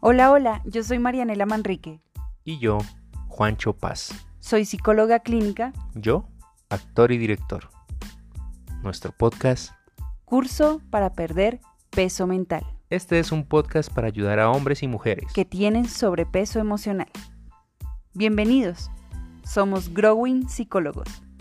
Hola, hola, yo soy Marianela Manrique. Y yo, Juancho Paz. Soy psicóloga clínica, Yo, actor y director. Nuestro podcast. curso para perder peso mental, Este es un podcast para ayudar a hombres y mujeres. que tienen sobrepeso emocional. Bienvenidos, somos Growing Psicólogos.